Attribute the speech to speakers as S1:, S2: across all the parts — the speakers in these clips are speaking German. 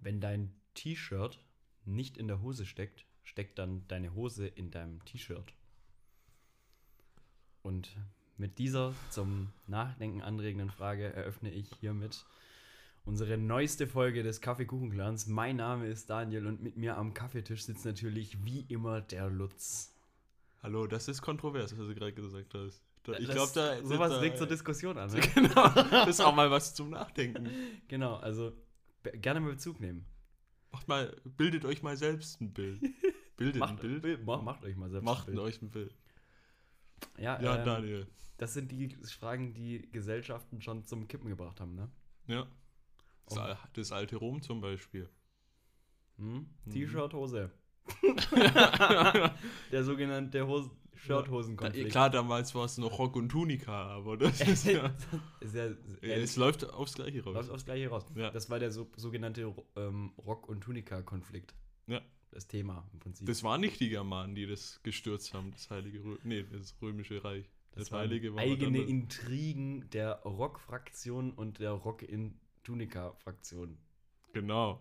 S1: Wenn dein T-Shirt nicht in der Hose steckt, steckt dann deine Hose in deinem T-Shirt. Und mit dieser zum Nachdenken anregenden Frage eröffne ich hiermit unsere neueste Folge des Kaffeekuchenclans. Mein Name ist Daniel und mit mir am Kaffeetisch sitzt natürlich wie immer der Lutz.
S2: Hallo, das ist kontrovers, was du gerade gesagt hast. Da- Ich
S1: Das-
S2: glaube, da sind
S1: sowas
S2: da,
S1: regt zur Diskussion an. Ne?
S2: Genau, das ist auch mal was zum Nachdenken.
S1: Genau, also be- gerne mal Bezug nehmen.
S2: Macht mal, bildet euch mal selbst ein Bild. Bildet ein
S1: Macht,
S2: Bild.
S1: macht, macht euch mal selbst. ein
S2: Macht
S1: Bild.
S2: euch ein Bild.
S1: Ja,
S2: Ja,
S1: ähm,
S2: Daniel.
S1: Das sind die Fragen, die Gesellschaften schon zum Kippen gebracht haben, ne?
S2: Ja. Das,
S1: Oh.
S2: al- das alte Rom zum Beispiel.
S1: Hm?
S2: Mhm.
S1: T-Shirt, Hose. der sogenannte Hose
S2: Da,
S1: Shirt-Hosen-Konflikt.
S2: klar, damals war es noch Rock und Tunika, aber das ist ja.
S1: Ist ja-
S2: es läuft aufs Gleiche raus.
S1: läuft aufs Gleiche raus.
S2: Ja.
S1: Das war der so, sogenannte Ro- ähm, Rock- und Tunika-Konflikt.
S2: Ja.
S1: Das Thema im Prinzip.
S2: Das waren nicht die Germanen, die das gestürzt haben, das Heilige Rö nee, das Römische Reich.
S1: Das
S2: das
S1: waren
S2: Heilige war
S1: eigene
S2: was anderes.
S1: Intrigen der Rock-Fraktion und der Rock-in-Tunika-Fraktion.
S2: Genau.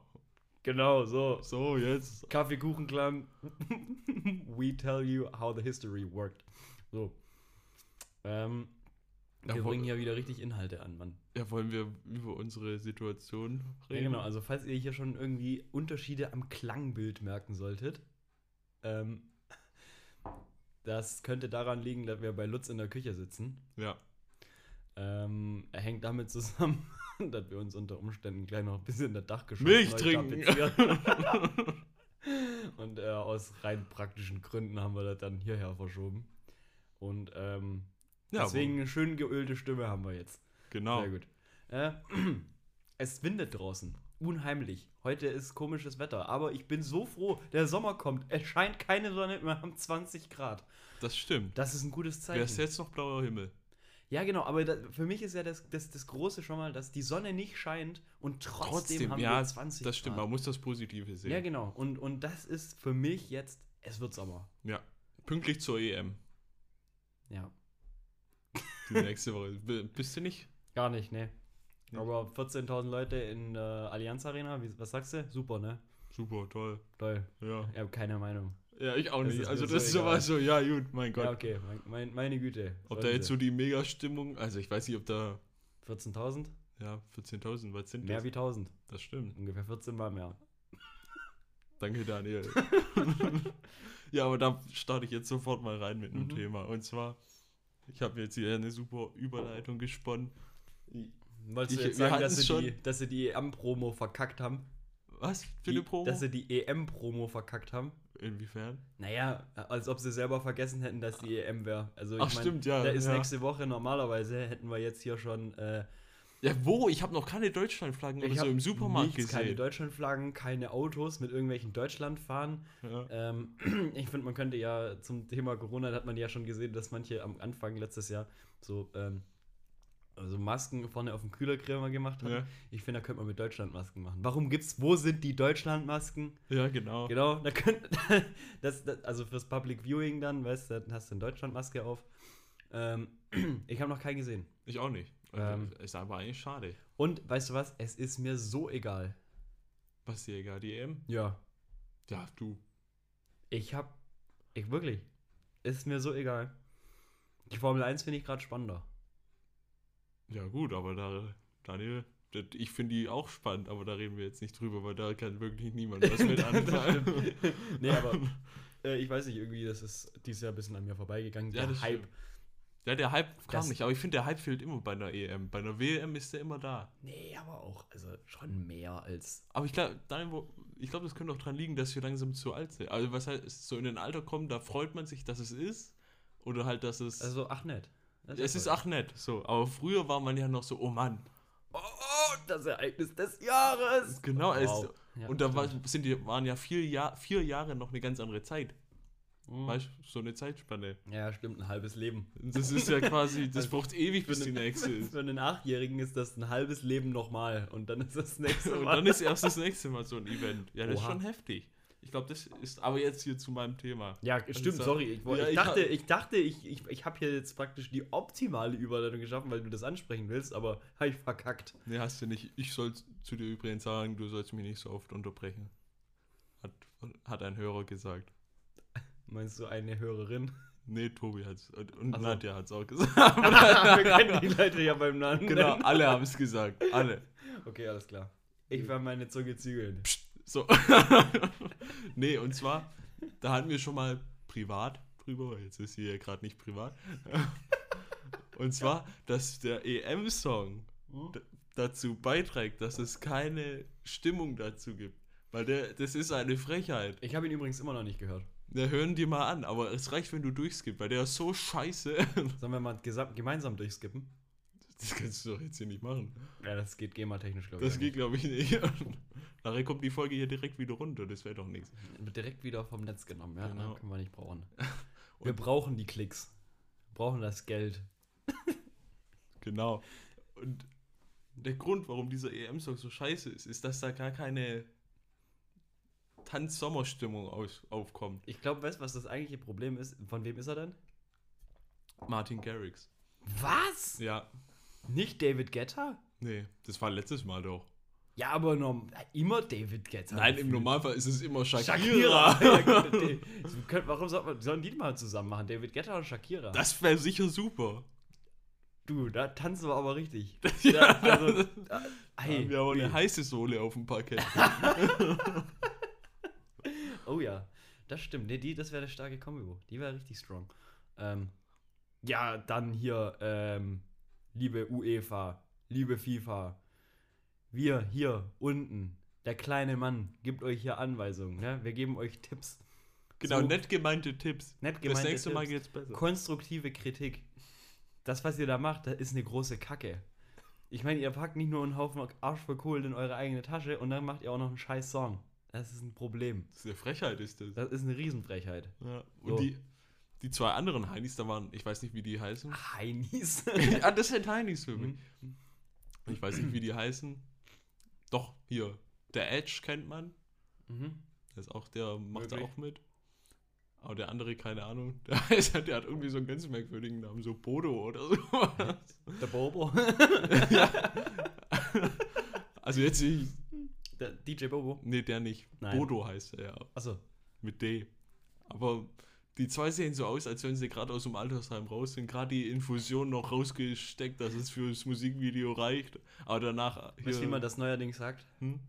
S1: Genau, so.
S2: So, jetzt.
S1: Kaffeekuchenclan, we tell you how the history worked. So. Ähm,
S2: Ja,
S1: wir
S2: wo-
S1: bringen ja wieder richtig Inhalte an, Mann.
S2: Ja, wollen wir über unsere Situation
S1: Ja,
S2: reden?
S1: genau, also falls ihr hier schon irgendwie Unterschiede am Klangbild merken solltet, ähm, das könnte daran liegen, dass wir bei Lutz in der Küche sitzen.
S2: Ja,
S1: Ähm, er hängt damit zusammen, dass wir uns unter Umständen gleich noch ein bisschen das Dachgeschoss
S2: Milch
S1: neu
S2: trinken.
S1: tapezieren. Und äh, aus rein praktischen Gründen haben wir das dann hierher verschoben. Und ähm,
S2: ja
S1: deswegen eine schön geölte Stimme haben wir jetzt.
S2: aber- genau.
S1: Sehr gut. Äh, es windet draußen. Unheimlich. Heute ist komisches Wetter, aber ich bin so froh, der Sommer kommt. Es scheint keine Sonne, wir haben 20 Grad.
S2: Das stimmt.
S1: Das ist ein gutes Zeichen.
S2: Wäre es jetzt noch blauer Himmel?
S1: Ja, genau, aber da, für mich ist ja das, das, das Große schon mal, dass die Sonne nicht scheint und trotzdem, haben
S2: ja,
S1: wir 20
S2: das stimmt. Man
S1: Grad.
S2: muss das Positive sehen.
S1: Ja, genau. Und, und das ist für mich jetzt, es wird Sommer.
S2: Ja. Pünktlich zur E EM.
S1: Ja.
S2: Die nächste Woche. B- Bist du nicht?
S1: Gar nicht, ne.
S2: Nicht.
S1: Aber 14.000 Leute in der Allianz Arena, wie, was sagst du? Super, ne?
S2: Super, toll.
S1: Toll.
S2: Ja.
S1: Ich habe keine Meinung.
S2: Ja, ich auch
S1: Das
S2: nicht.
S1: ist mir
S2: also,
S1: so
S2: das ist
S1: egal.
S2: sowas so, ja, gut, mein Gott.
S1: Ja, okay, mein, mein, meine Güte.
S2: Ob
S1: Sollen
S2: da jetzt
S1: sie.
S2: so die Mega-Stimmung, also ich weiß nicht, ob da,
S1: 14.000?
S2: ja, 14.000, was sind
S1: Mehr
S2: das?
S1: wie 1.000.
S2: Das stimmt.
S1: Ungefähr 14 Mal mehr.
S2: Danke, Daniel. ja, aber da starte ich jetzt sofort mal rein mit einem
S1: Mhm.
S2: Thema. Und zwar, ich habe jetzt hier eine super Überleitung gesponnen.
S1: Wolltest
S2: Ich-
S1: du jetzt
S2: wir
S1: sagen, dass
S2: hatten's
S1: sie,
S2: schon.
S1: die, dass sie die EM-Promo verkackt haben?
S2: Was für eine
S1: Die-
S2: Promo?
S1: Dass sie die EM-Promo verkackt haben?
S2: Inwiefern?
S1: Naja, als ob sie selber vergessen hätten, dass die EM wäre. Also ich
S2: Ach, stimmt, ja,
S1: Da ist
S2: ja.
S1: nächste Woche normalerweise hätten wir jetzt hier schon äh,
S2: Ja, wo? Ich habe noch keine Deutschlandflaggen oder
S1: ich
S2: so
S1: hab
S2: im Supermarkt
S1: nichts, Keine
S2: gesehen.
S1: Deutschlandflaggen, keine Autos mit irgendwelchen Deutschlandfahren.
S2: Ja.
S1: Ähm, ich finde, man könnte ja zum Thema Corona, da hat man ja schon gesehen, dass manche am Anfang letztes Jahr so ähm, also Masken vorne auf dem Kühlerkrämer gemacht haben.
S2: Ja.
S1: Ich finde, da könnte man mit Deutschlandmasken machen. Warum gibt's, wo sind die Deutschlandmasken?
S2: ja, genau.
S1: Genau, da könnt, das, das, also fürs Public Viewing dann, weißt du, dann hast du in Deutschland Maske auf. Ähm, ich habe noch keinen gesehen.
S2: Ich auch nicht. Also,
S1: Ähm.
S2: Ist aber eigentlich schade.
S1: Und weißt du was? Es ist mir so egal.
S2: Was dir egal, die EM?
S1: Ja.
S2: Ja, du.
S1: Ich habe, ich wirklich, ist mir so egal. Die Formel 1 finde ich gerade spannender.
S2: Ja, gut, aber da, Daniel, das, ich finde die auch spannend, aber da reden wir jetzt nicht drüber, weil da kann wirklich niemand was mit
S1: Das
S2: anfangen.
S1: stimmt. Nee, aber äh, ich weiß nicht, irgendwie, das ist dieses Jahr ein bisschen an mir vorbeigegangen.
S2: Ja,
S1: der
S2: das
S1: Hype.
S2: stimmt. Ja, der Hype kam
S1: Das-
S2: nicht, aber ich finde, der Hype fehlt immer bei einer EM. Bei einer WM ist der immer da.
S1: Nee, aber auch, also schon mehr als.
S2: Aber ich glaube, Daniel, wo- ich glaube, das könnte auch dran liegen, dass wir langsam zu alt sind. Also, was heißt, so in ein Alter kommen, da freut man sich, dass es ist. Oder halt, dass es.
S1: Also, ach nett. Das
S2: es ist
S1: toll.
S2: ach nett, so. Aber früher war man ja noch so, oh Mann.
S1: Oh, oh, das Ereignis des Jahres!
S2: Genau,
S1: Wow.
S2: es,
S1: Ja,
S2: Und da war,
S1: stimmt.
S2: sind die, waren ja vier, Jahr, vier Jahre noch eine ganz andere Zeit.
S1: Mhm.
S2: Weißt du, so eine Zeitspanne.
S1: Ja, stimmt, ein halbes Leben.
S2: Das ist ja quasi, das
S1: Also,
S2: braucht ewig, bis die
S1: einen-
S2: nächste ist.
S1: Für einen Achtjährigen ist das ein halbes Leben nochmal und dann ist das nächste
S2: Und
S1: Mal.
S2: dann ist erst das nächste Mal so ein Event. Ja, das ist
S1: Oha.
S2: schon heftig. Ich glaube, das ist aber jetzt hier zu meinem Thema.
S1: Ja, stimmt,
S2: ist er-
S1: sorry. Ich, woll-
S2: Ja,
S1: ich
S2: ich
S1: dachte,
S2: hab-
S1: ich, dachte, ich, ich, ich habe hier jetzt praktisch die optimale Überleitung geschaffen, weil du das ansprechen willst, aber habe ich verkackt.
S2: Nee, hast du nicht. Ich soll zu dir übrigens sagen, du sollst mich nicht so oft unterbrechen. Hat, hat ein Hörer gesagt.
S1: Meinst du eine Hörerin?
S2: Nee, Tobi hat's. Und, und
S1: Ach so.
S2: Nadja hat's auch gesagt.
S1: Wir kennen die Leute ja beim Namen.
S2: genau, alle haben es gesagt. Alle.
S1: Okay, alles klar. Ich werde meine Zunge zügeln.
S2: So. nee, und zwar, da hatten wir schon mal privat drüber, weil jetzt ist sie ja gerade nicht privat. und zwar, dass der EM-Song
S1: Hm?
S2: d- dazu beiträgt, dass es keine Stimmung dazu gibt. Weil der, das ist eine Frechheit.
S1: Ich habe ihn übrigens immer noch nicht gehört.
S2: Da hören die mal an, aber es reicht, wenn du durchskippst, weil der ist so scheiße.
S1: Sollen wir mal gesam- gemeinsam durchskippen?
S2: Das kannst du doch jetzt hier nicht machen.
S1: Ja, das geht GEMA-technisch, glaube ich.
S2: Das geht, glaube ich, nicht. Nachher kommt die Folge hier direkt wieder runter, das wäre doch nichts.
S1: Wird direkt wieder vom Netz genommen, ja.
S2: Genau.
S1: Können wir nicht brauchen. Wir brauchen die Klicks. Wir brauchen das Geld.
S2: Genau. Und der Grund, warum dieser EM-Song so scheiße ist, ist, dass da gar keine Tanz-Sommerstimmung aus- aufkommt.
S1: Ich glaube, weißt du, was das eigentliche Problem ist? Von wem ist er denn?
S2: Martin Garrix.
S1: Was?
S2: Ja,
S1: Nicht David Guetta?
S2: nee, das war letztes Mal doch.
S1: Ja, aber norm immer David Guetta.
S2: Nein, im
S1: gefühlt.
S2: Normalfall ist es immer Shakira.
S1: Shakira. Ja, gut, die- so könnt- Warum soll man, sollen die mal zusammen machen? David Guetta und Shakira?
S2: Das wäre sicher super.
S1: du, da tanzen wir aber richtig.
S2: Ja,
S1: also, äh,
S2: Da
S1: hey,
S2: haben wir aber
S1: nee.
S2: eine heiße Sohle auf dem Parkett.
S1: Oh ja, das stimmt. Nee, die, das wäre eine starke Kombo. Die wäre richtig strong. Ähm, ja, dann hier, ähm, liebe UEFA, liebe FIFA. Wir hier unten, der kleine Mann, gibt euch hier Anweisungen. Ne? Wir geben euch Tipps.
S2: Genau,
S1: So.
S2: nett gemeinte Tipps.
S1: Nett
S2: das
S1: gemeinte
S2: nächste Mal
S1: Tipps.
S2: geht's besser.
S1: Konstruktive Kritik. Das, was ihr da macht, das ist eine große Kacke. Ich meine, ihr packt nicht nur einen Haufen Arsch voll Kohlen in eure eigene Tasche und dann macht ihr auch noch einen scheiß Song. Das ist ein Problem.
S2: Das ist eine Frechheit, ist das.
S1: Das ist eine Riesenfrechheit.
S2: Ja. Und
S1: So.
S2: die, die zwei anderen Heinis, da waren, ich weiß nicht, wie die heißen.
S1: Heinis.
S2: ah, das sind Heinis für mich.
S1: Mhm.
S2: Ich weiß nicht, wie die heißen. Doch, hier. Der Edge kennt man.
S1: Mhm.
S2: Der ist auch, der macht
S1: Wirklich?
S2: auch mit. Aber der andere, keine Ahnung. Der, heißt, halt- der hat irgendwie so einen ganz merkwürdigen Namen, so Bodo oder so.
S1: Der Bobo.
S2: also jetzt ich.
S1: Der DJ Bobo. Also,
S2: Nee, der nicht.
S1: Nein.
S2: Bodo heißt er ja.
S1: Achso.
S2: Mit D. Aber die zwei sehen so aus, als wenn sie gerade aus dem Altersheim raus sind. Gerade die Infusion noch rausgesteckt, dass es fürs Musikvideo reicht. Aber danach.
S1: Weißt du, wie man das neuerdings sagt?
S2: Hm?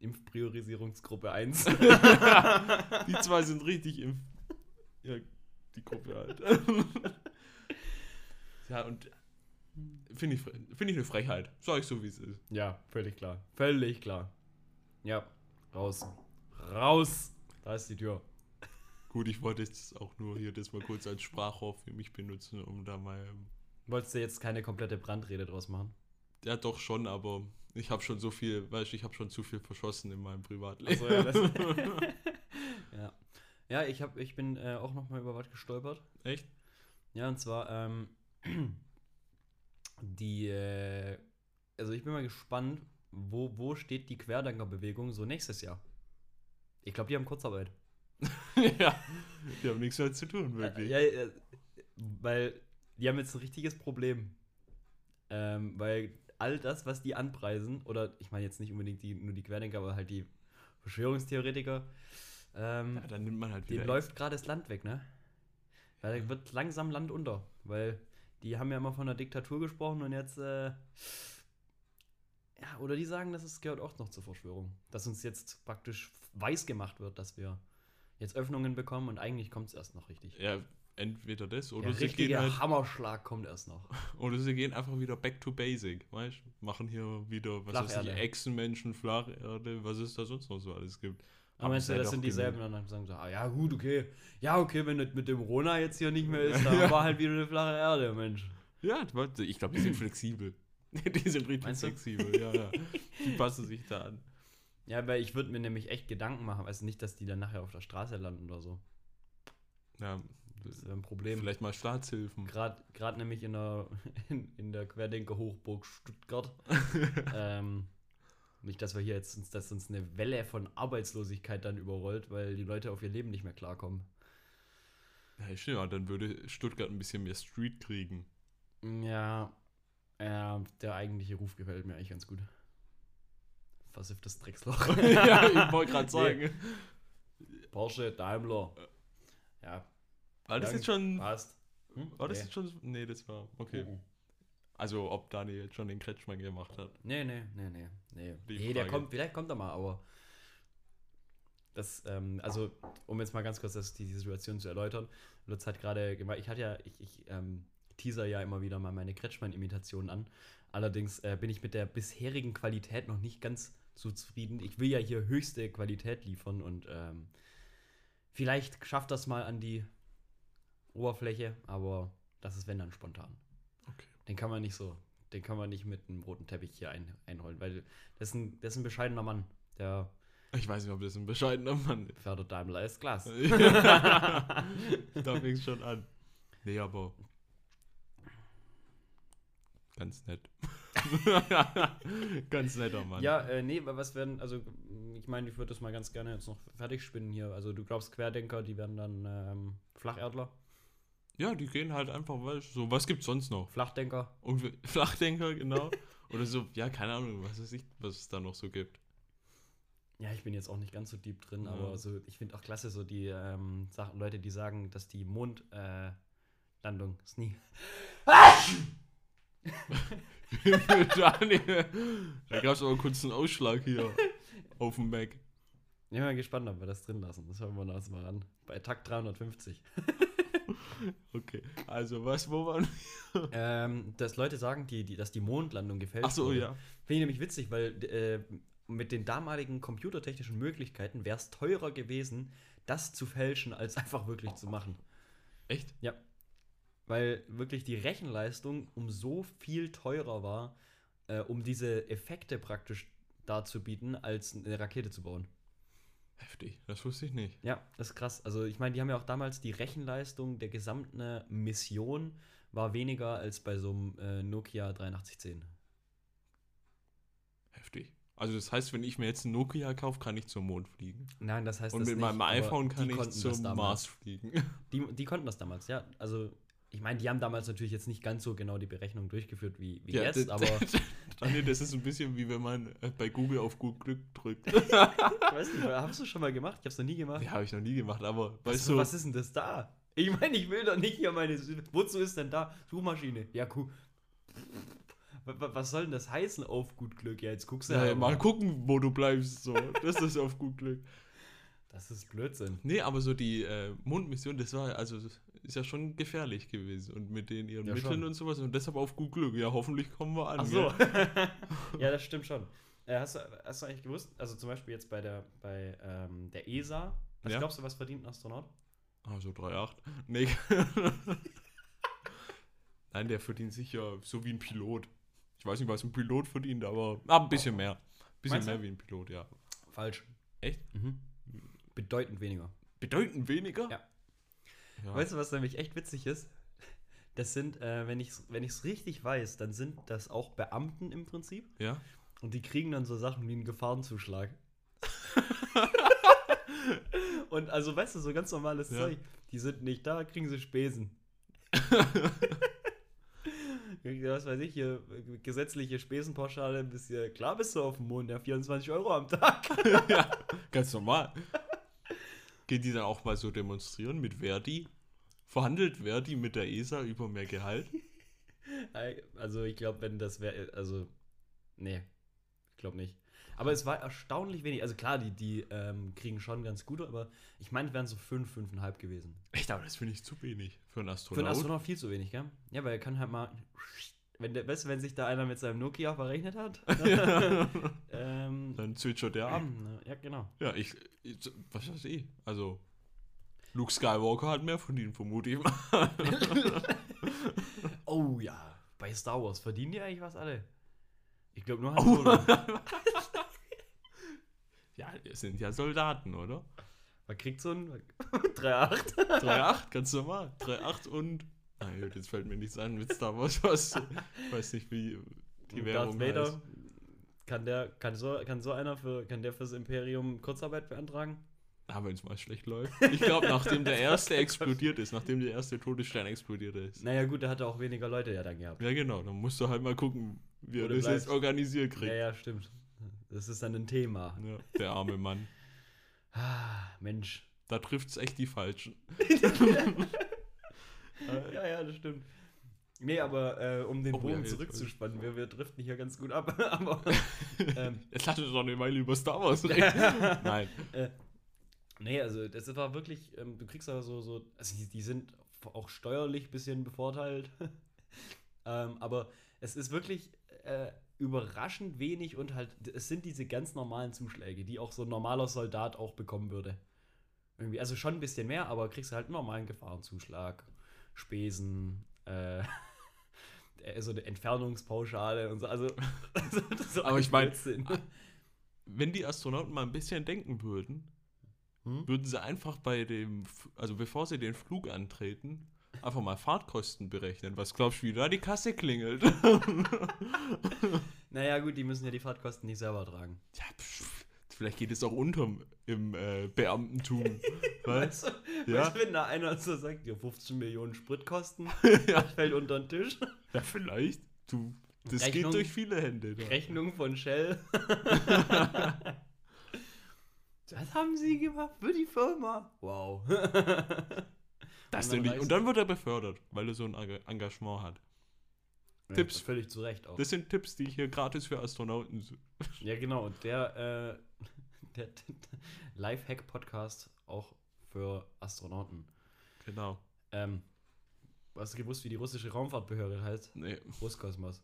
S1: Impfpriorisierungsgruppe 1.
S2: Die zwei sind richtig im. Ja, die Gruppe halt. ja, und. Finde ich, fre- find ich eine Frechheit. Sag ich so, wie es ist.
S1: ja, völlig klar. Völlig klar. Ja, raus. Raus! Da ist die Tür.
S2: Gut, ich wollte jetzt auch nur hier das mal kurz als Sprachrohr für mich benutzen, um da mal. ähm,
S1: Wolltest du jetzt keine komplette Brandrede draus machen?
S2: Ja, doch schon, aber ich habe schon so viel, weißt du, ich habe schon zu viel verschossen in meinem Privatleben.
S1: Also, ja, das ja. ja, ich, hab, ich bin äh, auch nochmal über was gestolpert.
S2: Echt?
S1: Ja, und zwar, ähm, die, äh, also ich bin mal gespannt, wo, wo steht die Querdenkerbewegung so nächstes Jahr? Ich glaube, die haben Kurzarbeit.
S2: ja. Die haben nichts mehr zu tun,
S1: Äh,
S2: wirklich.
S1: ja, äh, weil die haben jetzt ein richtiges Problem. Ähm, weil all das, was die anpreisen, oder ich meine jetzt nicht unbedingt die, nur die Querdenker, aber halt die Verschwörungstheoretiker, ähm,
S2: Ja, dann nimmt man halt wieder.
S1: Den läuft gerade das Land weg, ne? Weil da wird langsam Land unter. Weil die haben ja immer von der Diktatur gesprochen und jetzt, äh, ja, oder die sagen, das ist, gehört auch noch zur Verschwörung. Dass uns jetzt praktisch weiß gemacht wird, dass wir jetzt Öffnungen bekommen und eigentlich kommt es erst noch richtig.
S2: ja, entweder das oder
S1: Der
S2: sie gehen
S1: richtige
S2: halt
S1: Hammerschlag kommt erst noch.
S2: Oder sie gehen einfach wieder back to basic, weißt du? Machen hier wieder, was weiß ich,
S1: Flacherde.
S2: Echsenmenschen, Flacherde, was es da sonst noch so alles gibt.
S1: Aber meinst du,
S2: es sei
S1: das sind
S2: doch
S1: dieselben?
S2: genug.
S1: Und dann sagen sie, ah ja, gut, okay. Ja, okay, wenn das mit dem Rona jetzt hier nicht mehr ist, dann war halt wieder eine flache Erde, Mensch.
S2: Ja, warte, ich glaube, die sind flexibel. die sind richtig
S1: Meinst du?
S2: flexibel, ja, ja. Die passen sich da an.
S1: Ja, weil ich würde mir nämlich echt Gedanken machen, also nicht, dass die dann nachher auf der Straße landen oder so.
S2: Ja,
S1: Das ist ein Problem.
S2: vielleicht mal Staatshilfen.
S1: Gerade nämlich in der, in, in der Querdenker-Hochburg Stuttgart. ähm, Nicht, dass wir hier jetzt uns, dass uns eine Welle von Arbeitslosigkeit dann überrollt, weil die Leute auf ihr Leben nicht mehr klarkommen.
S2: Ja, stimmt, aber dann würde Stuttgart ein bisschen mehr Street kriegen.
S1: Ja, äh, der eigentliche Ruf gefällt mir eigentlich ganz gut. Versifftes Drecksloch.
S2: ja, ich wollte gerade sagen.
S1: Porsche, Daimler. Ja,
S2: War das
S1: Danke.
S2: jetzt schon.
S1: passt. Hm?
S2: War das
S1: Nee.
S2: jetzt schon. Nee, Oh. das war. Okay.
S1: Mhm.
S2: Also, ob Daniel jetzt schon den Kretschmann gemacht hat.
S1: Nee, nee, nee, nee. Nee,
S2: Die
S1: nee der
S2: Frage.
S1: kommt, vielleicht kommt er mal, aber. Das, ähm, also, um jetzt mal ganz kurz das, die Situation zu erläutern. Lutz hat gerade gemeint, ich hatte ja, ich, ich ähm, teaser ja immer wieder mal meine Kretschmann-Imitationen an. Allerdings äh, bin ich mit der bisherigen Qualität noch nicht ganz so zufrieden. Ich will ja hier höchste Qualität liefern und ähm, vielleicht schafft das mal an die Oberfläche, aber das ist wenn dann spontan.
S2: Okay.
S1: Den kann man nicht so, den kann man nicht mit einem roten Teppich hier ein, einholen, weil das ist, ein, das ist ein bescheidener Mann, der
S2: Ich weiß nicht, ob das ein bescheidener Mann ist.
S1: fördert Daimler ist Glas.
S2: da fing schon an. Nee, aber. Ganz nett. ganz netter Mann.
S1: Ja, äh, nee, wa- was werden, also ich meine, ich würde das mal ganz gerne jetzt noch fertig spinnen hier. Also du glaubst Querdenker, die werden dann ähm, Flacherdler,
S2: ja, die gehen halt einfach, weißt du, so, was gibt's sonst noch?
S1: Flachdenker.
S2: Und wir- Flachdenker, genau. Oder so, ja, keine Ahnung, was weiß ich, was es da noch so gibt.
S1: Ja, ich bin jetzt auch nicht ganz so deep drin,
S2: Ja.
S1: aber so, ich finde auch klasse so die ähm, Sachen, Leute, die sagen, dass die Mondlandung äh, Landung ist nie.
S2: Daniel, da gab's aber kurz einen Ausschlag hier auf dem Mac.
S1: Ich bin mal gespannt, ob wir das drin lassen. Das hören wir uns mal an. Bei Takt 350.
S2: Okay, also was, wo waren
S1: ähm, dass Leute sagen, die, die, dass die Mondlandung gefällt.
S2: Ach so,
S1: wurde.
S2: ja.
S1: Finde ich nämlich witzig, weil äh, mit den damaligen computertechnischen Möglichkeiten wäre es teurer gewesen, das zu fälschen, als einfach wirklich zu machen.
S2: Echt?
S1: Ja. Weil wirklich die Rechenleistung um so viel teurer war, äh, um diese Effekte praktisch darzubieten, als eine Rakete zu bauen.
S2: Heftig, das wusste ich nicht.
S1: Ja, das ist krass. Also ich meine, die haben ja auch damals die Rechenleistung der gesamten äh, Mission war weniger als bei so einem äh, Nokia 8310.
S2: Heftig. Also das heißt, wenn ich mir jetzt einen Nokia kaufe, kann ich zum Mond fliegen.
S1: Nein, das heißt
S2: Und
S1: das
S2: mit
S1: nicht,
S2: meinem
S1: aber
S2: iPhone
S1: die
S2: kann ich
S1: konnten das
S2: zum
S1: damals.
S2: Mars fliegen.
S1: Die, die konnten das damals, ja. Also ich meine, die haben damals natürlich jetzt nicht ganz so genau die Berechnung durchgeführt wie, wie jetzt,
S2: das-
S1: aber ich
S2: Daniel, das ist ein bisschen wie wenn man äh, bei Google auf gut Glück drückt.
S1: weiß nicht, hast du schon mal gemacht? Ich hab's noch nie gemacht.
S2: ja, habe ich noch nie gemacht, aber
S1: was,
S2: weißt du,
S1: was ist denn das da? Ich meine, ich will doch nicht hier meine. Wozu ist denn da? Suchmaschine. Ja, cool. Wa- wa- Was soll denn das heißen auf gut Glück? Ja, jetzt guckst du
S2: ja,
S1: halt
S2: mal gucken, wo du bleibst. So, das ist auf gut Glück.
S1: Das ist Blödsinn.
S2: Nee, aber so die äh, Mondmission, das war also das ist ja schon gefährlich gewesen und mit den ihren
S1: Ja,
S2: Mitteln
S1: schon.
S2: und sowas und deshalb auf gut Glück. Ja, hoffentlich kommen wir an.
S1: Ach so.
S2: gell?
S1: ja, das stimmt schon. Äh, hast, du, hast du eigentlich gewusst, also zum Beispiel jetzt bei der, bei, ähm, der ESA, was
S2: Ja.
S1: glaubst du, was verdient ein Astronaut?
S2: Also 3,8. Nee. Nein, der verdient sicher so wie ein Pilot. Ich weiß nicht, was ein Pilot verdient, aber ah, ein bisschen mehr. Ein bisschen
S1: Meinst du?
S2: mehr wie ein Pilot, ja.
S1: Falsch.
S2: Echt?
S1: Mhm. Bedeutend weniger.
S2: Bedeutend weniger?
S1: Ja.
S2: Ja.
S1: Weißt du, was nämlich echt witzig ist? Das sind, äh, wenn ich es wenn ich's richtig weiß, dann sind das auch Beamten im Prinzip.
S2: ja.
S1: Und die kriegen dann so Sachen wie einen Gefahrenzuschlag. Und also, weißt du, so ganz normales
S2: Ja.
S1: Zeug. Die sind nicht da, kriegen sie Spesen. Was weiß ich, hier äh, gesetzliche Spesenpauschale, bis hier, klar bist du auf dem Mond, ja, 24 Euro am Tag.
S2: Ganz normal. Gehen die dann auch mal so demonstrieren mit Verdi? Verhandelt Verdi mit der ESA über mehr Gehalt?
S1: Also, ich glaube, wenn das wäre, also, nee, ich glaube nicht. Aber es war erstaunlich wenig. Also, klar, die, die ähm, kriegen schon ganz gut, aber ich meine, es wären so 5, fünf, 5,5 gewesen.
S2: Echt, aber das finde ich zu wenig für einen
S1: Für
S2: Astronaut.
S1: einen Astronaut viel zu wenig, gell? Ja, weil er kann halt mal. Wenn der, weißt du, wenn sich da einer mit seinem Nokia verrechnet hat? ähm,
S2: dann zwitschert der ab.
S1: ja, genau.
S2: Ja, ich, ich, was weiß ich. Also, Luke Skywalker hat mehr verdient, vermute ich mal.
S1: Oh ja, bei Star Wars verdienen die eigentlich was alle. Ich glaube nur Han
S2: Oh.
S1: Solo.
S2: Ja, es sind ja Soldaten, oder?
S1: Man kriegt so ein 3,8.
S2: 3,8, ganz normal. 3,8 und. Ah, gut, jetzt fällt mir nichts ein mit Star Wars. Was, ich weiß nicht, wie die
S1: Und
S2: Werbung heißt.
S1: Kann der, kann so, kann so einer für, kann der fürs Imperium Kurzarbeit beantragen?
S2: Ah, wenn es mal schlecht läuft. Ich glaube, nachdem der erste explodiert ist, nachdem der erste Todesstern explodiert ist.
S1: Naja, gut, da hat er auch weniger Leute ja dann gehabt.
S2: Ja, genau. Dann musst du halt mal gucken, wie er
S1: Oder
S2: das
S1: bleibst-
S2: jetzt organisiert kriegt.
S1: Ja, ja, stimmt. Das ist dann ein Thema.
S2: Ja, der arme Mann.
S1: Ah, Mensch.
S2: Da trifft es echt die Falschen.
S1: Ja, ja, das stimmt. Nee, aber äh, um den
S2: Äh. Oh, ja,
S1: Bogen
S2: jetzt-
S1: zurückzuspannen, wir, wir driften hier ganz gut ab. aber ähm,
S2: Jetzt lass uns doch eine Weile über Star Wars reden. Nein.
S1: Nee, also das war wirklich, ähm, du kriegst aber so, so also die, die sind auch steuerlich ein bisschen bevorteilt. ähm, aber es ist wirklich äh, überraschend wenig und halt, es sind diese ganz normalen Zuschläge, die auch so ein normaler Soldat auch bekommen würde. Irgendwie, also schon ein bisschen mehr, aber kriegst halt einen normalen Gefahrenzuschlag, Spesen, äh, äh, so eine Entfernungspauschale und so. Also, also so
S2: Aber ich
S1: ein
S2: mein-
S1: Blödsinn.
S2: Wenn die Astronauten mal ein bisschen denken würden,
S1: Hm?
S2: würden sie einfach bei dem, F- also bevor sie den Flug antreten, einfach mal Fahrtkosten berechnen. Was glaubst du, wie da die Kasse klingelt?
S1: Naja, gut, die müssen ja die Fahrtkosten nicht selber tragen.
S2: Ja, pff, vielleicht geht es auch unterm im äh, Beamtentum. weißt?
S1: Weißt du,
S2: Ja.
S1: weißt du, wenn da einer so sagt, ja, 15 Millionen Spritkosten,
S2: Ja.
S1: das fällt unter den Tisch.
S2: Ja, vielleicht. Du, das
S1: Rechnung-
S2: geht durch viele Hände. Da.
S1: Rechnung von Shell. das haben sie gemacht für die Firma. Wow.
S2: Das
S1: Und
S2: denn
S1: dann
S2: nicht.
S1: reißt-
S2: Und dann wird er befördert, weil er so ein Eng- Engagement hat. Tipps.
S1: Völlig zu Recht auch.
S2: Das sind Tipps, die hier gratis für Astronauten sind.
S1: Ja, genau. Und der, äh, der Lifehack-Podcast auch für Astronauten.
S2: Genau.
S1: Ähm, hast du gewusst, wie die russische Raumfahrtbehörde heißt?
S2: Nee.
S1: Roskosmos.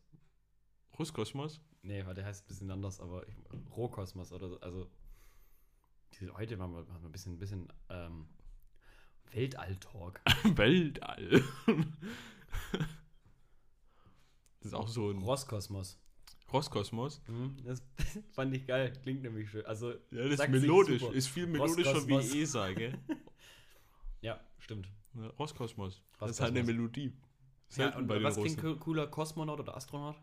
S2: Ruskosmos?
S1: Nee, weil der heißt ein bisschen anders, aber ich, Rohkosmos oder so. Also, diese, heute machen wir, machen wir ein bisschen, ein bisschen ähm, Weltall-Talk.
S2: Weltall. das ist auch so ein
S1: Roskosmos.
S2: Roskosmos.
S1: Hm, das fand ich geil. Klingt nämlich schön. Also,
S2: Ja, das ist
S1: sagt sich
S2: melodisch.
S1: super.
S2: Ist viel melodischer
S1: Roskosmos.
S2: wie eh ESA, gell?
S1: ja, stimmt.
S2: Ja, Roskosmos. Das ist halt eine
S1: Roskosmos.
S2: Melodie. Selten
S1: ja, und
S2: bei den
S1: was
S2: Russen.
S1: klingt co- cooler, Kosmonaut oder Astronaut?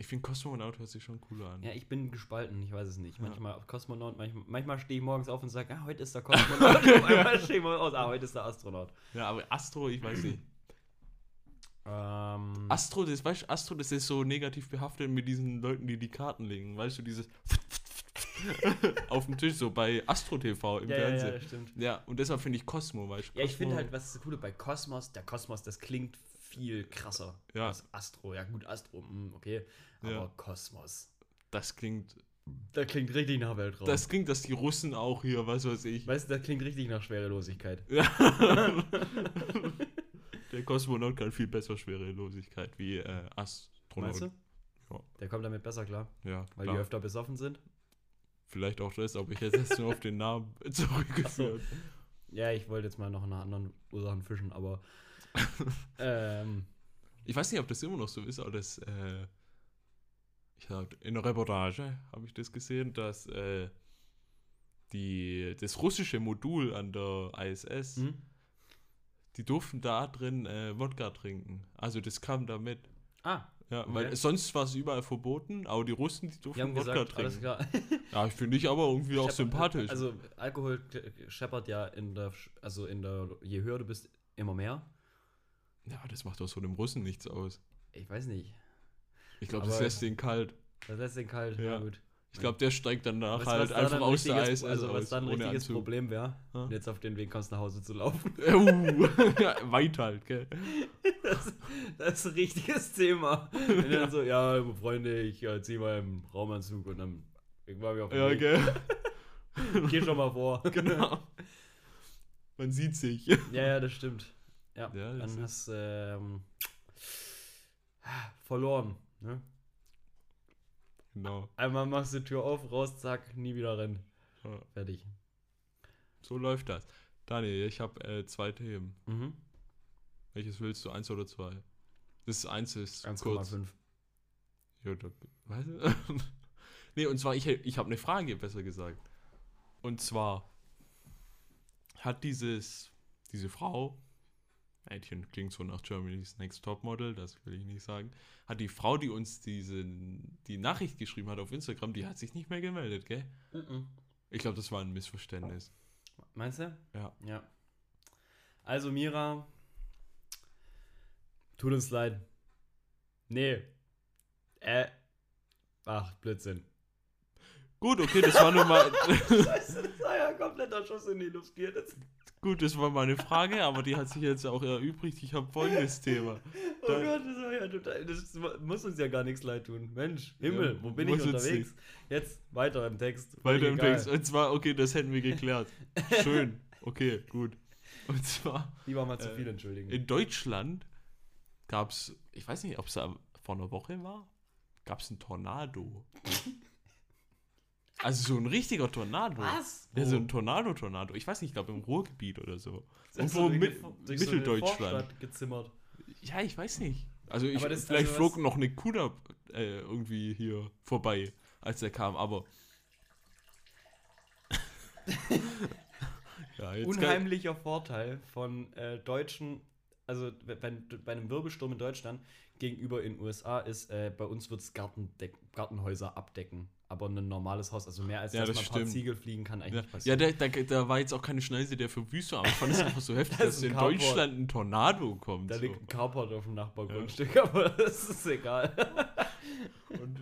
S2: Ich finde Kosmonaut hört sich schon cooler an.
S1: Ja, ich bin gespalten, ich weiß es nicht. Manchmal auf Kosmonaut, manchmal, manchmal stehe ich morgens auf und sage, ah, heute ist der Kosmonaut. manchmal stehe ich morgens aus, ah, heute ist der Astronaut.
S2: Ja, aber Astro, ich weiß nicht.
S1: Ähm,
S2: Astro, das weißt du, Astro, das ist so negativ behaftet mit diesen Leuten, die die Karten legen. Weißt du, dieses auf dem Tisch, so bei Astro TV im
S1: ja, ja, ja,
S2: Fernsehen.
S1: stimmt.
S2: Ja, und deshalb finde ich Cosmo, weißt du.
S1: Ja, ich finde
S2: Cosmo-
S1: halt, was das Coole bei Kosmos, der Kosmos, das klingt viel krasser
S2: Ja.
S1: als Astro. Ja, gut, Astro, mm, okay. Aber
S2: Ja.
S1: Kosmos,
S2: Das klingt,
S1: da klingt richtig nach Weltraum.
S2: das klingt, dass die Russen auch hier, was weiß ich.
S1: weißt du, das klingt richtig nach Schwerelosigkeit.
S2: Der Kosmonaut kann viel besser Schwerelosigkeit wie äh, Astronaut.
S1: Meinst du?
S2: Ja.
S1: Der kommt damit besser klar,
S2: Ja,
S1: weil
S2: klar.
S1: die öfter besoffen sind.
S2: Vielleicht auch das, aber ich hätte es nur auf den Namen zurückgeführt.
S1: Ja, ich wollte jetzt mal noch nach anderen Ursachen fischen, aber ähm,
S2: Ich weiß nicht, ob das immer noch so ist, aber das, äh, ich hab, in der Reportage habe ich das gesehen, dass äh, die, das russische Modul an der ISS,
S1: hm?
S2: die durften da drin äh, Wodka trinken. Also das kam da mit.
S1: ah,
S2: Ja, weil
S1: Okay.
S2: sonst war es überall verboten, aber die Russen, die
S1: die
S2: durften
S1: haben
S2: Wodka
S1: gesagt, alles
S2: trinken.
S1: klar.
S2: Ja, ich finde ich aber irgendwie auch
S1: Scheppert-
S2: sympathisch.
S1: Also Alkohol k- scheppert ja in der, Sch- also in der, je höher du bist, immer mehr.
S2: ja, das macht aus so einem Russen nichts aus.
S1: Ich weiß nicht.
S2: Ich glaube, das
S1: Aber-
S2: lässt den kalt.
S1: Das lässt den kalt, ja,
S2: Ja.
S1: gut.
S2: Ich glaube, der steigt danach
S1: Weißt du,
S2: halt
S1: da
S2: einfach
S1: dann
S2: aus der
S1: richtiges-
S2: ISS
S1: also,
S2: aus,
S1: was dann ein
S2: ohne
S1: richtiges
S2: Anzug.
S1: Problem wäre,
S2: Ja.
S1: jetzt auf den Weg kommst, nach Hause zu laufen.
S2: Äh, Uh, ja, weit halt, gell?
S1: Das, das ist ein richtiges Thema. Wenn dann so, ja, Freunde, ich äh, ziehe mal im Raumanzug und dann irgendwann wir auf den
S2: Ja,
S1: Weg.
S2: gell?
S1: Geh schon mal vor.
S2: Genau. Man sieht sich.
S1: ja, ja, das stimmt. Ja,
S2: Ja, das
S1: dann hast du ähm, verloren. Ne?
S2: Genau.
S1: Einmal machst du die Tür auf, raus, zack, nie wieder rennen.
S2: Ja,
S1: Fertig.
S2: So läuft das. Daniel, ich habe äh, zwei Themen.
S1: Mhm.
S2: Welches willst du? Eins oder zwei? Das eins ist kurz.
S1: 1,5.
S2: Ja, da- was? nee, und zwar, ich, ich habe eine Frage, besser gesagt. Und zwar hat dieses, diese Frau, Mädchen klingt so nach Germany's Next Topmodel, das will ich nicht sagen, hat die Frau, die uns diese, die Nachricht geschrieben hat auf Instagram, die hat sich nicht mehr gemeldet, gell?
S1: Mhm.
S2: Ich glaube, das war ein Missverständnis.
S1: Meinst du?
S2: Ja.
S1: Ja. Also Mira, tut uns leid. Nee. Äh. Ach, Blödsinn.
S2: Gut, okay, das war nur mal,
S1: Scheiße, das war ja ein kompletter Schuss in die Luft hier. Das,
S2: gut, das war meine Frage, aber die hat sich jetzt auch erübrigt. Ich habe folgendes Thema.
S1: oh
S2: Da-
S1: Gott, das war ja total. Das muss uns ja gar nichts leid tun. Mensch, Himmel,
S2: Ja,
S1: wo bin
S2: muss
S1: ich
S2: jetzt
S1: unterwegs? Jetzt weiter im Text. Völlig
S2: Weiter im
S1: egal.
S2: Text. Und zwar, okay, das hätten wir geklärt. Schön. Okay, gut. Und zwar,
S1: Die war mal zu
S2: Äh,
S1: viel, entschuldigen.
S2: in Deutschland gab es, ich weiß nicht, ob es da vor einer Woche war, gab es einen Tornado. Also so ein richtiger Tornado.
S1: Was? Oh.
S2: Ja, so
S1: Wo?
S2: ein Tornado-Tornado. Ich weiß nicht, ich glaube im Ruhrgebiet oder so.
S1: Das ist
S2: irgendwo
S1: durch
S2: mit-
S1: eine- durch so eine
S2: Mitteldeutschland.
S1: Vorstadt gezimmert.
S2: Ja, ich weiß nicht. Also ich,
S1: Aber das-
S2: vielleicht
S1: also
S2: flog
S1: was-
S2: noch eine Kuh da äh, irgendwie hier vorbei, als der kam, aber... ja, jetzt kann-
S1: unheimlicher Vorteil von äh, Deutschen, also w- wenn d- bei einem Wirbelsturm in Deutschland gegenüber in USA ist, äh, bei uns wird es Gartenhäuser abdecken. Aber ein normales Haus, also mehr als
S2: Ja,
S1: dass
S2: das
S1: man ein paar
S2: stimmt.
S1: Ziegel fliegen kann, eigentlich
S2: Ja,
S1: nicht
S2: ja
S1: passieren.
S2: da, da, da war jetzt auch keine Schneise der Verwüstung, aber ich fand es einfach so heftig,
S1: Das
S2: dass
S1: ist
S2: in
S1: ein Carport.
S2: Deutschland ein Tornado kommt.
S1: da
S2: so.
S1: liegt ein Carport auf dem Nachbargrundstück, aber das ist egal.
S2: Und,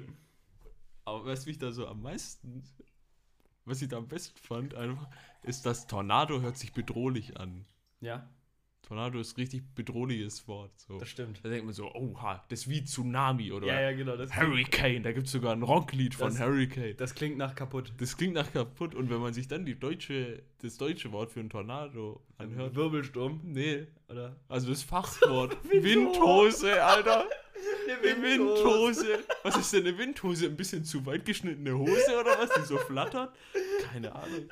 S2: aber was mich da so am meisten, was ich da am besten fand, einfach, ist, dass Tornado hört sich bedrohlich an.
S1: ja,
S2: Tornado ist ein richtig bedrohliches Wort. So.
S1: das stimmt.
S2: Da denkt man so, oha, das ist wie Tsunami oder
S1: Ja, ja, genau. Das,
S2: Hurricane. Da gibt es sogar ein Rocklied von
S1: Das-
S2: Hurricane.
S1: das klingt nach kaputt.
S2: Das klingt nach kaputt. Und wenn man sich dann die deutsche, das deutsche Wort für einen Tornado anhört,
S1: Wirbelsturm,
S2: nee,
S1: oder?
S2: Also das Fachwort.
S1: Windhose.
S2: Windhose, Alter.
S1: Eine
S2: Eine Windhose. Was ist denn eine Windhose? Ein bisschen zu weit geschnittene Hose oder was? Die so flattert? Keine Ahnung.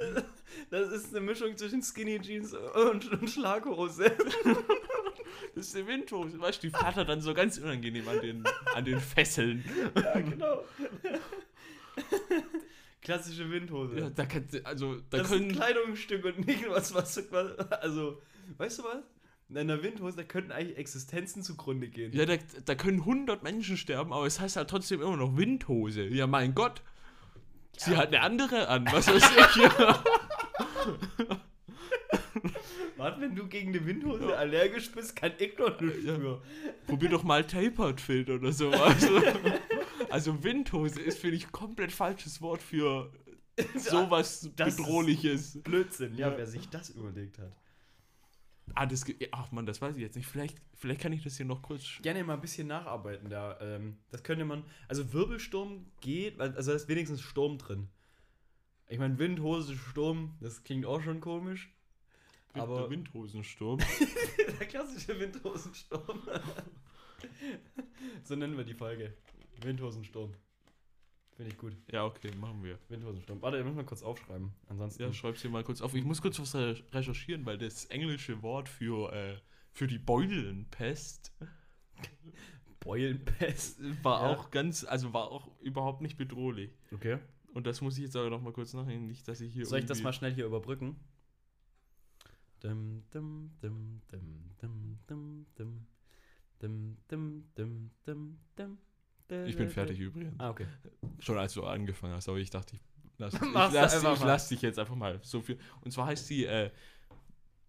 S1: Das ist eine Mischung zwischen Skinny Jeans und, und Schlaghose.
S2: Das ist eine Windhose. Weißt du, die flattert dann so ganz unangenehm an den, an den Fesseln.
S1: Ja, genau. Klassische Windhose.
S2: Ja, da kann, also, da
S1: das ist ein
S2: können.
S1: Kleidungsstück und nicht was, was, was. Also, weißt du was? In einer Windhose, da könnten eigentlich Existenzen zugrunde gehen.
S2: Ja, da, da können 100 Menschen sterben, aber es heißt halt trotzdem immer noch Windhose. Ja, mein Gott. Sie hat eine andere an. Was weiß ich.
S1: Warte, wenn du gegen eine Windhose allergisch bist, kann ich doch nicht
S2: Ja.
S1: für.
S2: Probier doch mal Tapered Fit oder sowas. also Windhose ist, finde ich, komplett falsches Wort für sowas
S1: Das ist-
S2: Bedrohliches.
S1: Blödsinn, ja,
S2: Ja.
S1: wer sich das überlegt hat.
S2: Ah, das ge- Ach man, das weiß ich jetzt nicht. Vielleicht, vielleicht kann ich das hier noch kurz. sch-
S1: Gerne mal ein bisschen nacharbeiten da. Ähm, das könnte man. Also Wirbelsturm geht, weil- also da ist wenigstens Sturm drin. Ich meine, Windhose, Sturm, das klingt auch schon komisch. Aber-
S2: Der Windhosensturm.
S1: Der klassische Windhosensturm. so nennen wir die Folge. Windhosensturm. Finde ich gut.
S2: ja, okay, machen wir.
S1: Windhosensturm. Warte, ich muss mal kurz aufschreiben. Ansonsten.
S2: Ja, schreib's hier mal kurz auf. Ich muss kurz was re- recherchieren, weil das englische Wort für, äh, für die Beulenpest
S1: Beulenpest.
S2: war
S1: Ja.
S2: auch ganz, also war auch überhaupt nicht bedrohlich.
S1: Okay.
S2: Und das muss ich jetzt aber noch mal kurz nachdenken, nicht, dass ich hier
S1: Soll ich das
S2: irgendwie-
S1: mal schnell hier überbrücken? Dum, dum, dum, dum, dum, dum, dum. Dum, dum, dum, dum, dum.
S2: Ich bin fertig übrigens.
S1: Ah, okay.
S2: Schon als du angefangen hast, aber ich dachte, ich lass, ich
S1: Mach's
S2: lass,
S1: einfach
S2: ich
S1: mal.
S2: lass dich jetzt einfach mal so viel. Und zwar heißt sie äh,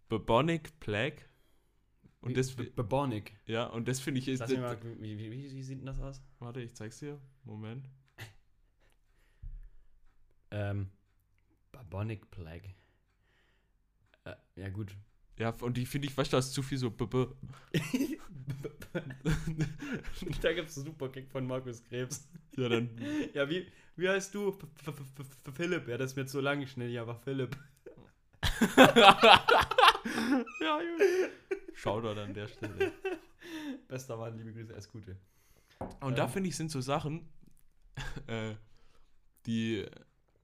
S2: Bubonic Plague. Und das,
S1: B- Bubonic.
S2: ja, und das finde ich ist.
S1: Lass mich mal, wie, wie, wie wie sieht denn das aus?
S2: warte, ich zeig's dir. Moment.
S1: Ähm, Bubonic Plague. Äh, ja, gut.
S2: Ja, und die finde ich, weißt du, das ist zu viel so. B -b
S1: da gibt es einen Superkick von Markus Krebs.
S2: ja, dann.
S1: Ja, wie, wie heißt du? F -f -f -f -f Philipp. Ja, das ist mir zu lang schnell. Ja, aber Philipp.
S2: ja, gut. Shoutout an der Stelle.
S1: Bester Mann, liebe Grüße, alles Gute.
S2: Und da finde ich, sind so Sachen, äh, die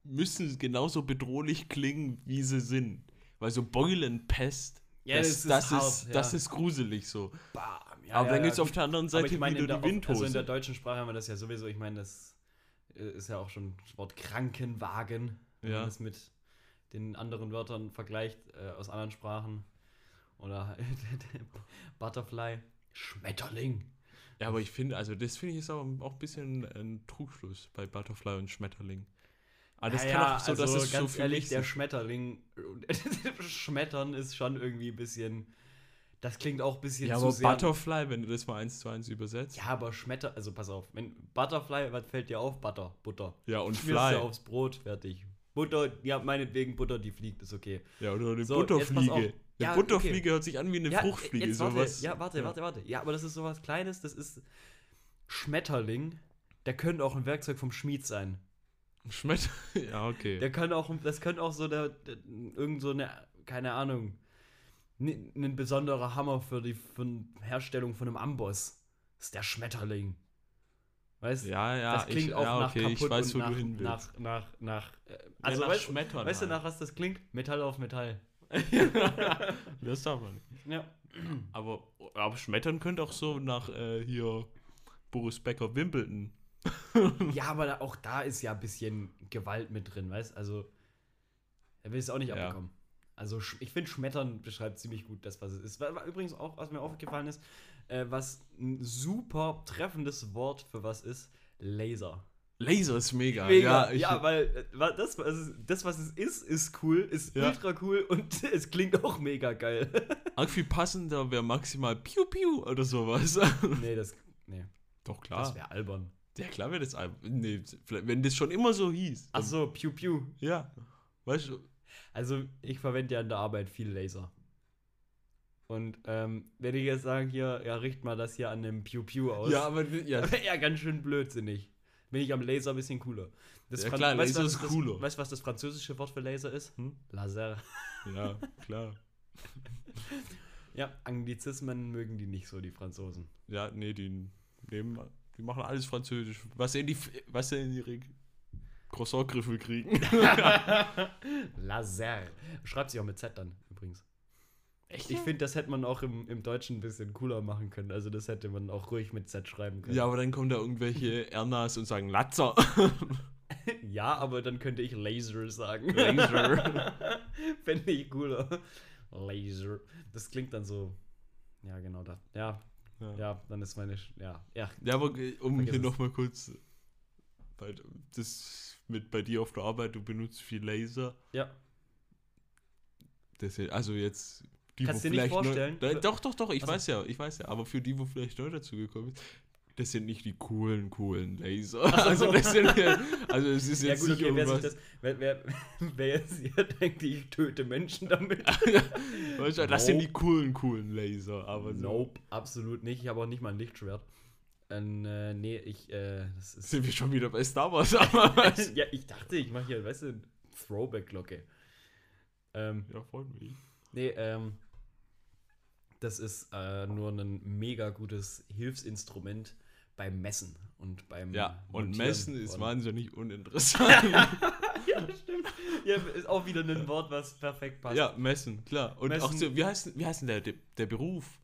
S2: müssen genauso bedrohlich klingen, wie sie sind. Weil so Beulenpest,
S1: Ja,
S2: das, das,
S1: das
S2: ist,
S1: ist hart, ja.
S2: das ist gruselig so.
S1: Bam.
S2: Aber dann gibt es
S1: ja,
S2: auf der anderen
S1: Aber
S2: Seite
S1: ich meine, in
S2: wieder
S1: der,
S2: die
S1: auf- also in
S2: Windhose.
S1: der deutschen Sprache haben wir das ja sowieso. Ich meine, das äh, ist ja auch schon das Wort Krankenwagen. Wenn
S2: Ja.
S1: man das mit den anderen Wörtern vergleicht äh, aus anderen Sprachen. Oder Butterfly, Schmetterling.
S2: Ja, aber ich finde, also das finde ich ist auch, auch ein bisschen ein Trugschluss bei Butterfly und Schmetterling. Aber Ah, das kann auch so, dass es so
S1: also ganz
S2: für
S1: ehrlich,
S2: mich
S1: der
S2: so-
S1: Schmetterling, Schmettern ist schon irgendwie ein bisschen, das klingt auch ein bisschen
S2: Ja,
S1: zu
S2: aber
S1: sehr.
S2: Butterfly, wenn du das mal eins zu eins übersetzt.
S1: ja, aber Schmetter, also pass auf, wenn Butterfly, was fällt dir auf? Butter, Butter.
S2: Ja, und
S1: Schmierst du
S2: Fly.
S1: aufs Brot, fertig. Butter, ja, meinetwegen Butter, die fliegt, ist okay.
S2: Ja, oder eine
S1: So, jetzt pass
S2: Butterfliege.
S1: auf.
S2: Eine
S1: Ja, okay.
S2: Butterfliege hört sich an wie eine
S1: ja,
S2: Fruchtfliege,
S1: jetzt warte,
S2: sowas.
S1: Ja, warte, warte, warte. Ja, aber das ist sowas Kleines, das ist Schmetterling. Der könnte auch ein Werkzeug vom Schmied sein.
S2: Schmett ja, okay.
S1: Der kann auch, das könnte auch so der, der irgend so eine, keine Ahnung, n- ein besonderer Hammer für die für die Herstellung von einem Amboss. Das ist der Schmetterling. Weißt du?
S2: ja, ja,
S1: das klingt
S2: ich,
S1: auch
S2: ja,
S1: nach
S2: okay,
S1: kaputt
S2: ich weiß, wo
S1: und
S2: du
S1: nach,
S2: hin willst.
S1: nach, nach, nach, äh,
S2: also
S1: also
S2: nach
S1: weißt,
S2: Schmettern.
S1: weißt du, nach
S2: halt.
S1: was das klingt? Metall auf Metall.
S2: das darf man nicht.
S1: Ja.
S2: Aber, aber Schmettern könnte auch so nach äh, hier Boris Becker Wimbledon.
S1: Ja, aber da, auch da ist ja ein bisschen Gewalt mit drin, weißt Also, er will es auch nicht
S2: Ja.
S1: abbekommen. Also, sch- ich finde, Schmettern beschreibt ziemlich gut das, was es ist. War, war übrigens auch, was mir aufgefallen ist, äh, was ein super treffendes Wort für was ist: Laser.
S2: Laser ist mega.
S1: Mega.
S2: Ja, ich,
S1: ja weil äh, wa- das, was es, das, was es ist, ist cool, ist
S2: Ja.
S1: ultra cool und es klingt auch mega geil.
S2: arg viel passender wäre maximal Piu Piu oder sowas.
S1: nee, das, nee,
S2: Doch
S1: das
S2: klar.
S1: wäre albern.
S2: Ja, klar wäre das ein. Nee, vielleicht, wenn das schon immer so hieß.
S1: Ach so, Pew Pew.
S2: Ja. Weißt du,
S1: Also, ich verwende ja in der Arbeit viel Laser. Und ähm, wenn ich jetzt sage, hier, ja, richt mal das hier an einem Pew Pew aus.
S2: Ja, aber ja,
S1: Wär ja ganz schön blödsinnig. Bin ich am Laser ein bisschen cooler. Das
S2: Ja,
S1: Fran-
S2: klar,
S1: weißt du,
S2: Laser
S1: was
S2: ist
S1: das-
S2: cooler.
S1: Weißt du, was das französische Wort für Laser ist?
S2: Hm?
S1: Laser.
S2: ja, klar.
S1: Ja, Anglizismen mögen die nicht so, die Franzosen.
S2: Ja, nee, die nehmen, die machen alles Französisch. Was sie in die, was sie in ihre Croissant-Griffel kriegen.
S1: Laser. Schreibt sich auch mit Z dann, übrigens.
S2: Echt?
S1: Ich finde, das hätte man auch im, im Deutschen ein bisschen cooler machen können. Also, das hätte man auch ruhig mit Z schreiben können.
S2: Ja, aber dann kommen da irgendwelche Ernas und sagen Latzer.
S1: Ja, aber dann könnte ich Laser sagen.
S2: Laser.
S1: Fände ich cooler. Laser. Das klingt dann so. Ja, genau da. Ja,
S2: Ja.
S1: ja, dann ist meine. Sch ja, ja.
S2: Ja, aber äh, um
S1: Vergiss
S2: hier
S1: es.
S2: nochmal kurz, weil das mit bei dir auf der Arbeit, du benutzt viel Laser.
S1: Ja.
S2: Das hier, also jetzt. Die,
S1: Kannst
S2: wo
S1: dir nicht
S2: vielleicht neu-
S1: vorstellen? Also
S2: Da, doch, doch, doch, ich
S1: Ach so.
S2: weiß ja, ich weiß ja. Aber für die, wo vielleicht neu dazu gekommen ist, das sind nicht die coolen, coolen Laser.
S1: so.
S2: Also, das sind, ja- also es ist
S1: Ja,
S2: jetzt
S1: gut,
S2: nicht
S1: okay, wer sich
S2: irgendwas.
S1: das. Wer, wer, wer jetzt hier denkt, ich töte Menschen damit.
S2: Weißt du, das sind
S1: Nope.
S2: die coolen, coolen Laser, aber so.
S1: Nope, absolut nicht. Ich habe auch nicht mal ein Lichtschwert. Äh, nee, nee, ich. Äh, das ist.
S2: Sind wir schon wieder bei Star Wars, aber was?
S1: ja, ich dachte, ich mache hier, weißt du, eine Throwback-Glocke. Ähm,
S2: Ja, freut mich.
S1: Nee, ähm, das ist äh, nur ein mega gutes Hilfsinstrument beim Messen Hm, und beim
S2: Ja, und
S1: Montieren
S2: Messen ist
S1: von-
S2: wahnsinnig uninteressant.
S1: Ja, stimmt. Ja, ist auch wieder ein Wort, was perfekt passt.
S2: ja, Messen, klar. Und auch
S1: Messen.
S2: so, wie heißt, wie heißt denn der, der, der Beruf?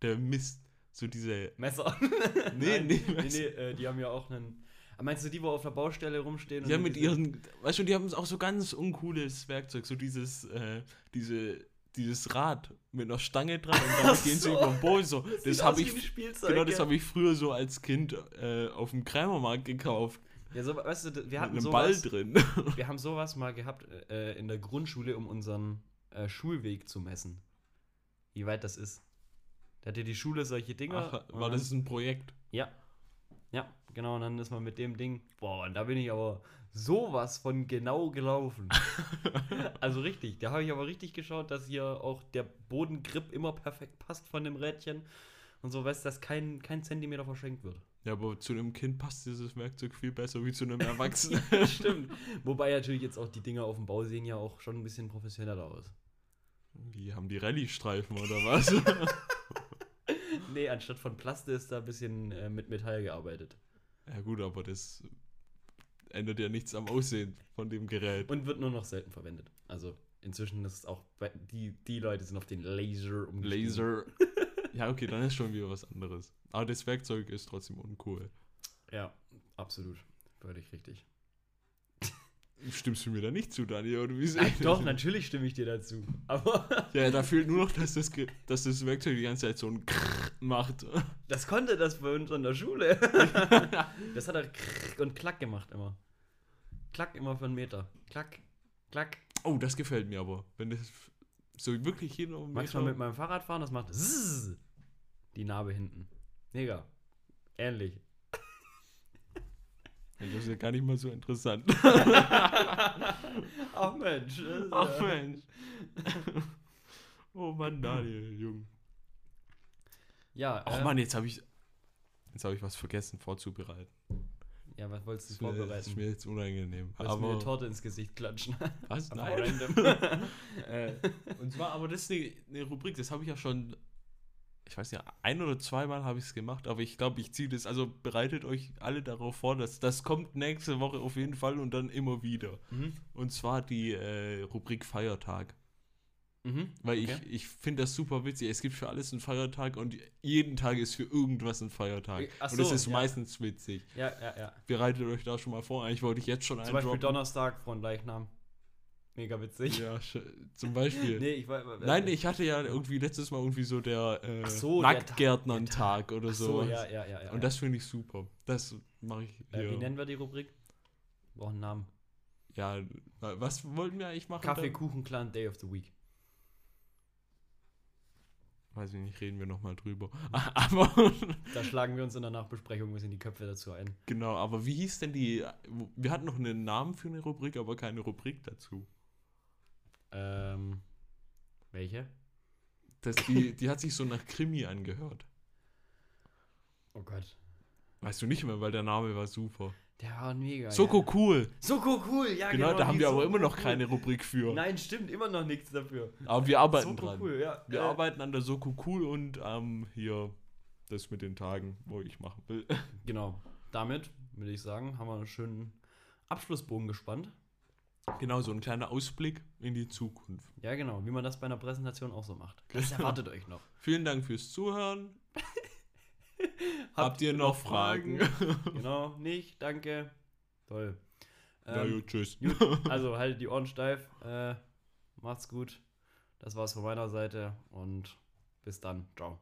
S2: Der Mist. So diese.
S1: Messer.
S2: Nee,
S1: Nein,
S2: nee,
S1: nee,
S2: Messer.
S1: nee, äh, die haben ja auch einen. Ah, Meinst du die, wo auf der Baustelle rumstehen?
S2: Ja, mit
S1: diese-
S2: ihren. Weißt du, die haben auch so ganz uncooles Werkzeug. So dieses. Äh, diese. Dieses Rad mit einer Stange dran und dann
S1: Ach
S2: gehen sie
S1: so.
S2: über den Boden. So. Das,
S1: Sieht aus
S2: habe
S1: wie
S2: ich.
S1: ein Spielzeug,
S2: Genau, das
S1: ja.
S2: habe ich früher so als Kind äh, auf dem Krämermarkt gekauft.
S1: Ja, so, weißt du, d- wir
S2: Mit
S1: hatten
S2: einem Ball
S1: sowas,
S2: drin.
S1: wir haben sowas mal gehabt äh, in der Grundschule, um unseren äh, Schulweg zu messen. Wie weit das ist. Da hatte die Schule solche Dinger.
S2: Ach,
S1: und
S2: war
S1: dann-
S2: das ein Projekt?
S1: Ja. Ja, genau. Und dann ist man mit dem Ding, boah, und da bin ich aber sowas von genau gelaufen. also richtig, da habe ich aber richtig geschaut, dass hier auch der Bodengrip immer perfekt passt von dem Rädchen. Und so, weißt du, dass kein, kein Zentimeter verschenkt wird.
S2: Ja, aber zu einem Kind passt dieses Werkzeug viel besser wie zu einem Erwachsenen.
S1: Stimmt. Wobei natürlich jetzt auch die Dinger auf dem Bau sehen ja auch schon ein bisschen professioneller aus.
S2: Wie haben die Rallye-Streifen oder was?
S1: Nee, anstatt von Plaste ist da ein bisschen äh, mit Metall gearbeitet.
S2: ja, gut, aber das ändert ja nichts am Aussehen von dem Gerät.
S1: Und wird nur noch selten verwendet. Also inzwischen ist es auch, bei, die, die Leute sind auf den Laser umgestiegen.
S2: Laser. ja, okay, dann ist schon wieder was anderes. Aber das Werkzeug ist trotzdem uncool.
S1: Ja, absolut. Völlig richtig.
S2: Stimmst du mir da nicht zu, Daniel? Oder wie
S1: Nein, doch, natürlich stimme ich dir dazu. Aber
S2: Ja, da fehlt nur noch, dass das, Ge- dass das Werkzeug die ganze Zeit so ein Krrr macht.
S1: das konnte das bei uns an der Schule. das hat er krrk und klack gemacht immer. Klack immer für einen Meter. Klack, klack.
S2: Oh, das gefällt mir aber. Wenn das so wirklich jeden um
S1: Manchmal mit meinem Fahrrad fahren, das macht zzzz. die Narbe hinten. Mega. Ähnlich.
S2: Das ist ja gar nicht mal so interessant.
S1: Ach Mensch.
S2: Ach Mensch. oh Mann, Daniel, Junge.
S1: Ja,
S2: Ach
S1: äh,
S2: Mann, jetzt habe ich. Jetzt habe ich was vergessen vorzubereiten.
S1: ja, was wolltest du
S2: Das ist
S1: vorbereiten?
S2: mir jetzt unangenehm.
S1: Wolltest du mir eine Torte ins Gesicht klatschen?
S2: was?
S1: Aber
S2: Nein.
S1: random.
S2: äh, und zwar, aber das ist eine, eine Rubrik, das habe ich ja schon. Ich weiß nicht, ein oder zweimal habe ich es gemacht, aber ich glaube, ich ziehe das. Also bereitet euch alle darauf vor, dass das kommt nächste Woche auf jeden Fall und dann immer wieder.
S1: mhm.
S2: Und zwar die äh, Rubrik Feiertag.
S1: Mhm.
S2: Weil
S1: Okay.
S2: ich, ich finde das super witzig. Es gibt für alles einen Feiertag und jeden Tag ist für irgendwas ein Feiertag.
S1: Äh, ach
S2: und das
S1: so,
S2: ist
S1: ja.
S2: meistens witzig.
S1: Ja, ja, ja.
S2: Bereitet euch da schon mal vor. Eigentlich wollte ich jetzt schon
S1: Zum Beispiel Donnerstag, Frontleichnam. Mega witzig.
S2: Ja, sch- zum Beispiel.
S1: Nee, ich war. äh,
S2: Nein, ich hatte ja irgendwie letztes Mal irgendwie so der äh,
S1: Ach so, der
S2: Nacktgärtnern-Tag oder
S1: Ach
S2: so.
S1: so, ja, ja, ja. ja
S2: Und das finde ich super. Das mache ich.
S1: ja. Äh, wie
S2: hier.
S1: nennen wir die Rubrik? Wir brauchen einen Namen.
S2: ja, äh, was wollten wir eigentlich machen?
S1: Kaffee,
S2: dann?
S1: Kuchen, Clan, Day of the Week.
S2: Weiß ich nicht, reden wir nochmal drüber. Aber
S1: Da schlagen wir uns in der Nachbesprechung ein bisschen die Köpfe dazu ein.
S2: genau, aber wie hieß denn die? Wir hatten noch einen Namen für eine Rubrik, aber keine Rubrik dazu.
S1: Ähm. Welche?
S2: Das, die, die hat sich so nach Krimi angehört.
S1: Oh Gott.
S2: Weißt du nicht mehr, weil der Name war super.
S1: Der war mega.
S2: Soko cool.
S1: Ja. Soko cool, ja,
S2: Genau,
S1: genau.
S2: da haben
S1: die
S2: wir aber
S1: Soko
S2: immer noch
S1: cool.
S2: keine Rubrik für.
S1: Nein, stimmt, immer noch nichts dafür.
S2: Aber wir arbeiten
S1: Soko
S2: dran.
S1: cool, ja.
S2: Wir
S1: Äh,
S2: arbeiten an der Soko Cool und ähm, hier das mit den Tagen, wo ich machen will.
S1: Genau. Damit, würde ich sagen, haben wir einen schönen Abschlussbogen gespannt.
S2: Genau, so ein kleiner Ausblick in die Zukunft.
S1: Ja, genau. Wie man das bei einer Präsentation auch so macht. Das erwartet euch noch.
S2: Vielen Dank fürs Zuhören. Habt ihr noch Fragen?
S1: genau, nicht, danke. Toll.
S2: Na
S1: Ähm,
S2: gut, tschüss.
S1: also haltet die Ohren steif. Äh, macht's gut. Das war's von meiner Seite und bis dann. Ciao.